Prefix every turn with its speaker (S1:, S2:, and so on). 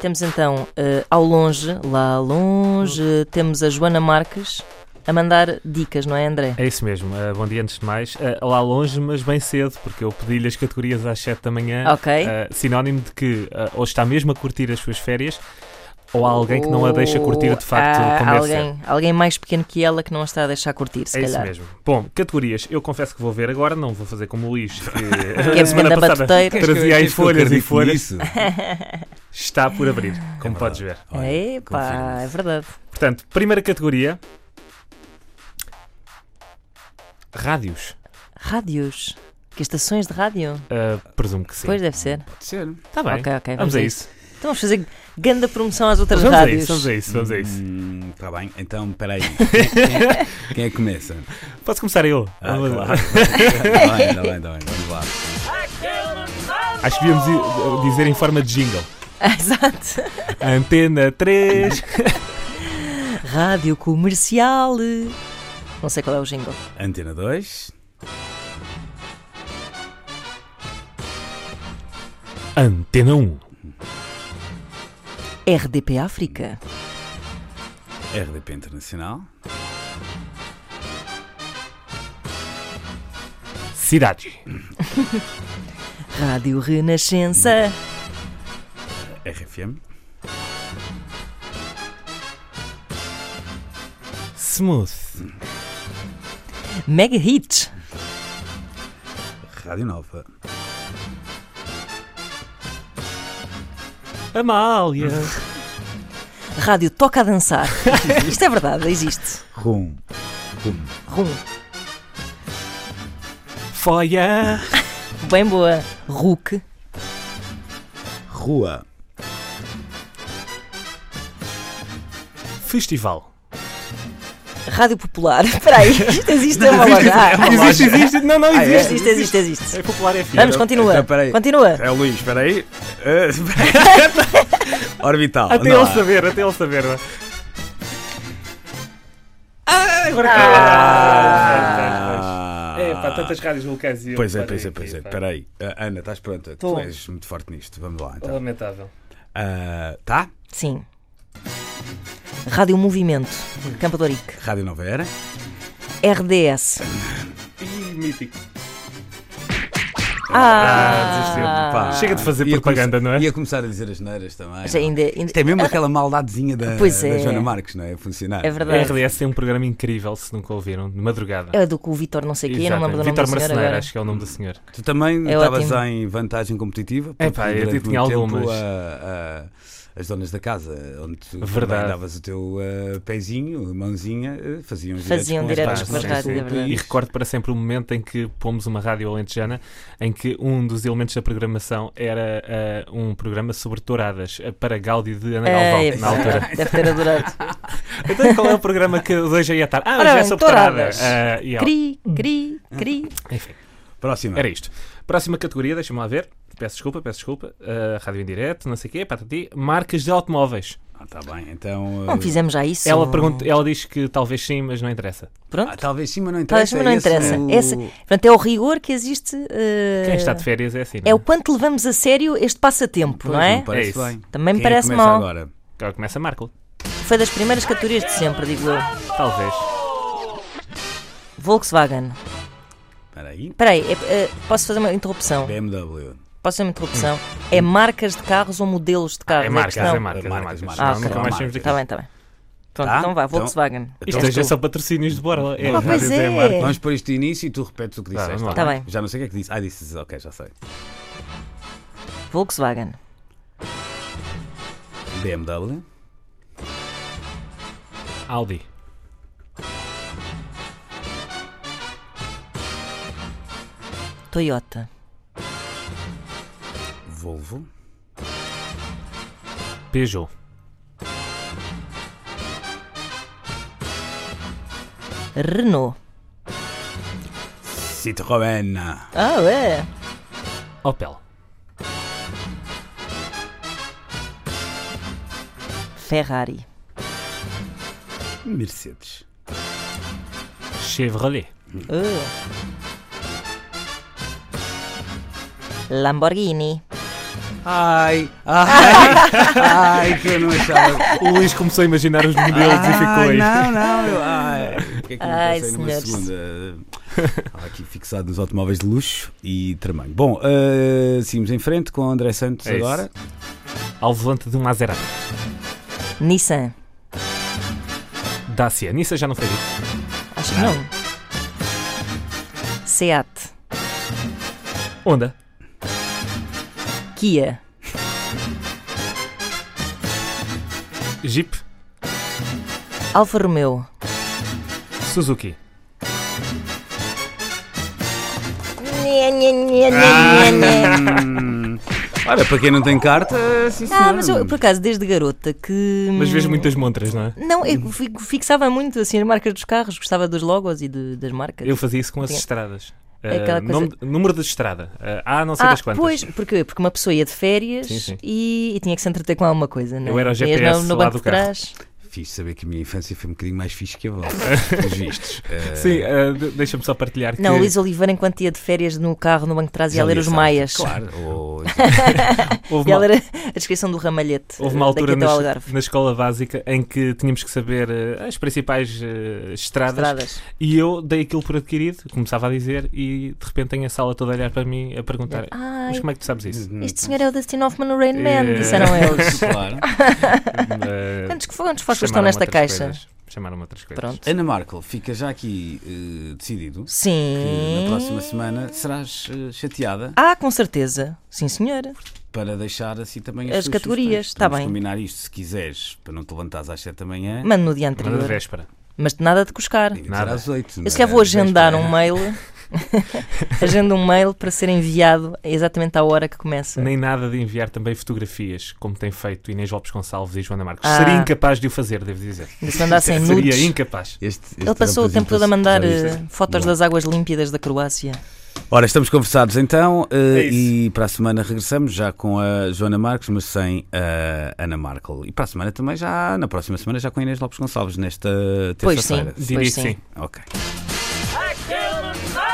S1: Temos então, eh, ao longe, lá longe, temos a Joana Marques a mandar dicas, não é, André?
S2: É isso mesmo. Ah, bom dia, antes de mais. Ah, lá longe, mas bem cedo, porque eu pedi-lhe as categorias às 7 da manhã.
S1: Ok.
S2: ah, sinónimo de que ah, ou está mesmo a curtir as suas férias, ou há alguém que não a deixa curtir de facto
S1: Há
S2: como deve ser.
S1: Ah, Uh, alguém, alguém mais pequeno que ela que não a está a deixar curtir, se
S2: É isso
S1: calhar.
S2: mesmo. Bom, categorias. Eu confesso que vou ver agora, não vou fazer como o Luís, que,
S1: Que é
S2: a semana
S1: banda
S2: passada
S1: batuteira.
S3: Queres que eu-
S2: trazia aí
S3: queres que eu
S2: folhas e
S3: acredite
S2: folhas.
S3: nisso?
S2: Está por abrir, como
S3: É
S2: podes ver.
S3: verdade. Olha,
S1: Epá,
S3: confirmo-se.
S1: é verdade.
S2: Portanto, primeira categoria. Rádios.
S1: Rádios. Que estações de rádio?
S2: Ah, presumo que sim.
S1: Pois deve ser.
S3: Pode ser.
S2: Está bem.
S1: Ok, ok.
S2: Vamos a isso.
S1: Então vamos fazer grande promoção às outras
S2: Vamos a
S1: rádios.
S2: isso, vamos a isso, vamos a isso.
S3: Hum, tá bem, então peraí. Quem- Quem é que começa?
S2: Hum. Posso começar eu?
S3: Ah,
S2: Vamos-
S3: claro. Tá bem, tá bem, tá bem, vamos lá.
S2: Acho que devíamos i- dizer em forma de jingle.
S1: Exato.
S2: Antena 3.
S1: Rádio comercial. Não sei qual é o jingle.
S3: Antena 2.
S2: Antena 1.
S1: RDP África.
S3: RDP Internacional.
S2: Cidade.
S1: Rádio Renascença.
S3: RFM.
S2: Smooth.
S1: Mega Hits.
S3: Rádio Nova.
S2: Amália.
S1: Rádio Toca a Dançar. Isto é verdade, existe.
S3: Rum. Rum.
S1: Rum.
S2: Foia.
S1: Bem boa. RUC.
S3: Rua.
S2: Festival.
S1: Rádio Popular. Espera aí, isto existe é uma loja. Ah,
S2: Existe, existe. Não, não
S3: é?
S2: Ah, existe.
S1: existe, existe, existe.
S2: É popular, é fiel.
S1: Vamos, continua.
S3: Então, peraí.
S1: Continua.
S3: É o Luís, espera aí. Ah, Orbital.
S2: Até
S3: anda
S2: ele
S3: lá.
S2: saber, até ele saber. Ah, agora
S3: Ah.
S2: É, pá, tantas rádios locais e eu.
S3: Pois é,
S2: parei
S3: pois é,
S2: aqui,
S3: pois é.
S2: pá.
S3: Espera aí. Ah, Ana, estás pronta?
S1: Tô.
S3: Tu és muito forte nisto. Vamos lá então.
S2: Lamentável.
S3: Ah, tá?
S1: Sim. Rádio Movimento. Campo de Ourique.
S3: Rádio Nova Era.
S1: RDS.
S2: Ih, mítico.
S1: Ah.
S3: desistiu. Pá.
S2: Chega de fazer
S3: Ia
S2: propaganda,
S3: começar-
S2: não é?
S3: Ia começar a dizer as neiras também.
S1: Já ainda, ainda-
S3: Isto é mesmo aquela maldadezinha da,
S1: Pois
S3: da
S1: é.
S3: Joana Marques, não é? A funcionar.
S1: É verdade.
S2: A RDS tem um programa incrível, se nunca ouviram, de madrugada.
S1: É do que o Vitor não sei o quê, não me lembro do nome
S2: Vitor
S1: do senhor agora.
S2: acho que é o nome do senhor.
S3: Tu também
S1: É
S3: estavas
S1: ótimo.
S3: em vantagem competitiva? porque
S2: Epá, eu
S3: durante
S2: tinha
S3: muito tempo,
S2: algumas.
S3: ah, ah, as donas da casa, onde tu também
S2: Verdade.
S3: davas o teu ah, pezinho, mãozinha, ah, faziam diretos
S1: Faziam
S3: com as
S1: diretos
S3: pás,
S2: com as
S3: não
S2: pás,
S3: sei
S1: é
S3: se tu-
S1: verdade.
S2: E recordo para sempre o momento em que pomos uma rádio alentejana em que um dos elementos da programação era ah, um programa sobre touradas ah, para Gáudio de Ana Galvão,
S1: É,
S2: na altura.
S1: Deve ter adorado.
S2: Então qual é o programa que hoje ia estar? Ah,
S1: Ora
S2: hoje é
S1: bem,
S2: sobre touradas.
S1: touradas.
S2: Ah, e ela-
S1: Cri, cri, cri.
S2: Enfim,
S3: Próxima.
S2: era isto. Próxima categoria, deixa-me lá ver. Peço desculpa, peço desculpa. Ah, rádio em direto, não sei o quê, patati. Marcas de automóveis.
S3: Ah, tá bem, então. ah,
S1: Não fizemos já isso.
S2: Ela, pergunta, ela diz que talvez sim, mas não interessa.
S1: Pronto.
S3: ah, talvez sim, mas não
S1: Talvez
S3: interessa.
S1: também não
S3: esse
S1: interessa.
S3: é o-
S1: Esse, portanto, é o rigor que existe. eh,
S2: Quem está de férias é assim, não
S1: é o quanto levamos a sério este passatempo,
S3: Pois,
S1: não é?
S3: me parece
S2: É isso.
S3: bem.
S1: Também me
S3: Quem é que
S1: parece
S3: começa
S1: mal.
S3: Agora?
S2: Agora começa Marco.
S1: Foi das primeiras categorias de sempre, digo eu.
S2: Talvez.
S1: Volkswagen.
S3: Espera aí.
S1: Espera aí, é- é- posso fazer uma interrupção?
S3: BMW.
S1: Posso fazer uma interrupção? É marcas de carros ou modelos de carros?
S2: É
S1: a
S2: marcas,
S1: questão?
S2: é marcas, é marcas.
S3: Marcas, marcas.
S1: Ah,
S2: Não,
S1: ok.
S2: Nunca mais temos aqui.
S1: Está bem, está bem. Pronto,
S3: Tá?
S1: então vá,
S3: Então-
S1: Volkswagen.
S3: Então,
S2: Isto é só patrocínios de borla. É,
S1: Ah, pois
S2: rádios
S1: é.
S2: marcas.
S3: Vamos pôr isto de início e tu repetes o que
S2: Tá,
S3: disseste.
S2: vamos lá.
S3: tá
S1: Tá
S3: bem?
S1: bem.
S3: Já não sei o que é que disse. Ah, disse, ok, já sei.
S1: Volkswagen.
S3: BMW.
S2: Aldi.
S1: Toyota.
S3: Volvo.
S2: Peugeot.
S1: Renault.
S3: Citroën.
S1: Ah, é?
S2: Opel.
S1: Ferrari.
S3: Mercedes.
S2: Chevrolet.
S1: Ah. Lamborghini.
S3: Ai, ai, ai, que eu não achava.
S2: O Luís começou a imaginar os modelos
S1: Ah,
S2: e ficou aí.
S3: Não, não, eu, ai. Porque é que eu não
S1: Ai,
S3: pensei numa
S1: senhores.
S3: segunda? Estava aqui fixado nos automóveis de luxo e tramanho. Bom, ah, seguimos em frente com o André Santos
S2: É isso.
S3: agora.
S2: Ao volante de um Maserati.
S1: Nissan.
S2: Dacia. Nissa já não foi dito.
S1: Acho que não. Seat.
S2: Honda.
S1: Kia.
S2: Jeep.
S1: Alfa Romeo.
S2: Suzuki.
S1: Nhé, nhé, nhé, nhé, nhé,
S2: Ah.
S1: nhé.
S3: Hum, Ora, para quem não tem carta, sim,
S1: Ah,
S3: senhor.
S1: mas eu, por acaso, desde garota que. hum,
S2: Mas vejo muitas montras, não é?
S1: Não, eu fi- fixava muito assim as marcas dos carros, gostava dos logos e de- das marcas.
S2: Eu fazia isso com as
S1: Tinha-
S2: estradas.
S1: É aquela
S2: Ah, nome- número de estrada. ah, não sei
S1: ah,
S2: das quantas.
S1: pois, porque, porque uma pessoa ia de férias
S2: Sim, sim.
S1: E, e tinha que se entreter com alguma coisa, não é?
S2: Eu era o
S1: Tinhas
S2: GPS
S1: no, no
S2: lá
S1: banco
S2: do
S1: de
S2: carro.
S1: trás.
S3: Fiz saber que a minha infância foi um bocadinho mais fixe que a vossa, pelos vistos. Ah,
S2: Sim, ah, de- deixa-me só partilhar
S1: Não, o
S2: que...
S1: Luís Oliveira, enquanto ia de férias no carro, no banco de trás, ia
S3: já
S1: ler
S3: li
S1: os
S3: essa-
S1: Maias.
S3: Claro, ou-
S2: Houve
S1: Ia
S2: uma,
S1: ler a, a descrição do ramalhete.
S2: houve uma
S1: eh,
S2: altura
S1: daqui até ao
S2: na,
S1: Algarve.
S2: na escola básica em que tínhamos que saber eh, as principais eh, estradas,
S1: Estradas.
S2: e eu dei aquilo por adquirido, começava a dizer, e de repente tenho a sala toda a olhar para mim a perguntar: Mas
S1: Ai,
S2: como é que tu sabes isso?
S3: Uhum.
S1: este senhor é o Dustin Hoffman no Rain Man,
S2: Eh,
S1: disseram eles.
S3: Claro.
S2: Eh,
S1: Quantos, quantos fósforos estão
S2: chamaram
S1: nesta
S2: outras
S1: caixa?
S2: coisas. Chamaram outras coisas.
S1: Pronto.
S3: Ana Markel, fica já aqui eh, decidido que
S1: Sim.
S3: na próxima semana serás eh, chateada
S1: Ah, com certeza. Sim, senhora.
S3: para deixar assim também
S1: As
S3: as, tuas
S1: categorias,
S3: sugestões.
S1: tá
S3: Podemos
S1: bem.
S3: combinar isto se quiseres, para não te levantares às 7 da manhã.
S1: Mando no dia
S2: Semana de
S1: anterior.
S2: véspera.
S1: Mas de nada de cuscar.
S3: Tem que
S2: Nada.
S3: dizer às é? 8.
S1: Eu se calhar vou agendar um mail. Agendo um mail para ser enviado exatamente à hora que começa.
S2: Nem nada de enviar também fotografias, como tem feito Inês Lopes Gonçalves e Joana Marques.
S1: Ah.
S2: Seria incapaz de o fazer, devo dizer.
S1: De se mandassem nudes.
S2: Seria incapaz.
S3: Este, este
S1: Ele
S2: um
S1: passou o
S3: rapazinho
S1: tempo todo a mandar
S3: já viste?
S1: eh,
S2: é?
S1: fotos
S3: Bom.
S1: das águas límpidas da Croácia.
S3: Ora, estamos conversados então eh,
S2: É isso.
S3: e para a semana regressamos já com a Joana Marques, mas sem a Ana Markel. E para a semana também já, na próxima semana já com a Inês Lopes Gonçalves, nesta
S1: Pois sim.
S3: terça-feira.
S2: Diria
S1: Pois
S2: que
S1: sim.
S2: sim.
S3: Ok.
S4: I killed him.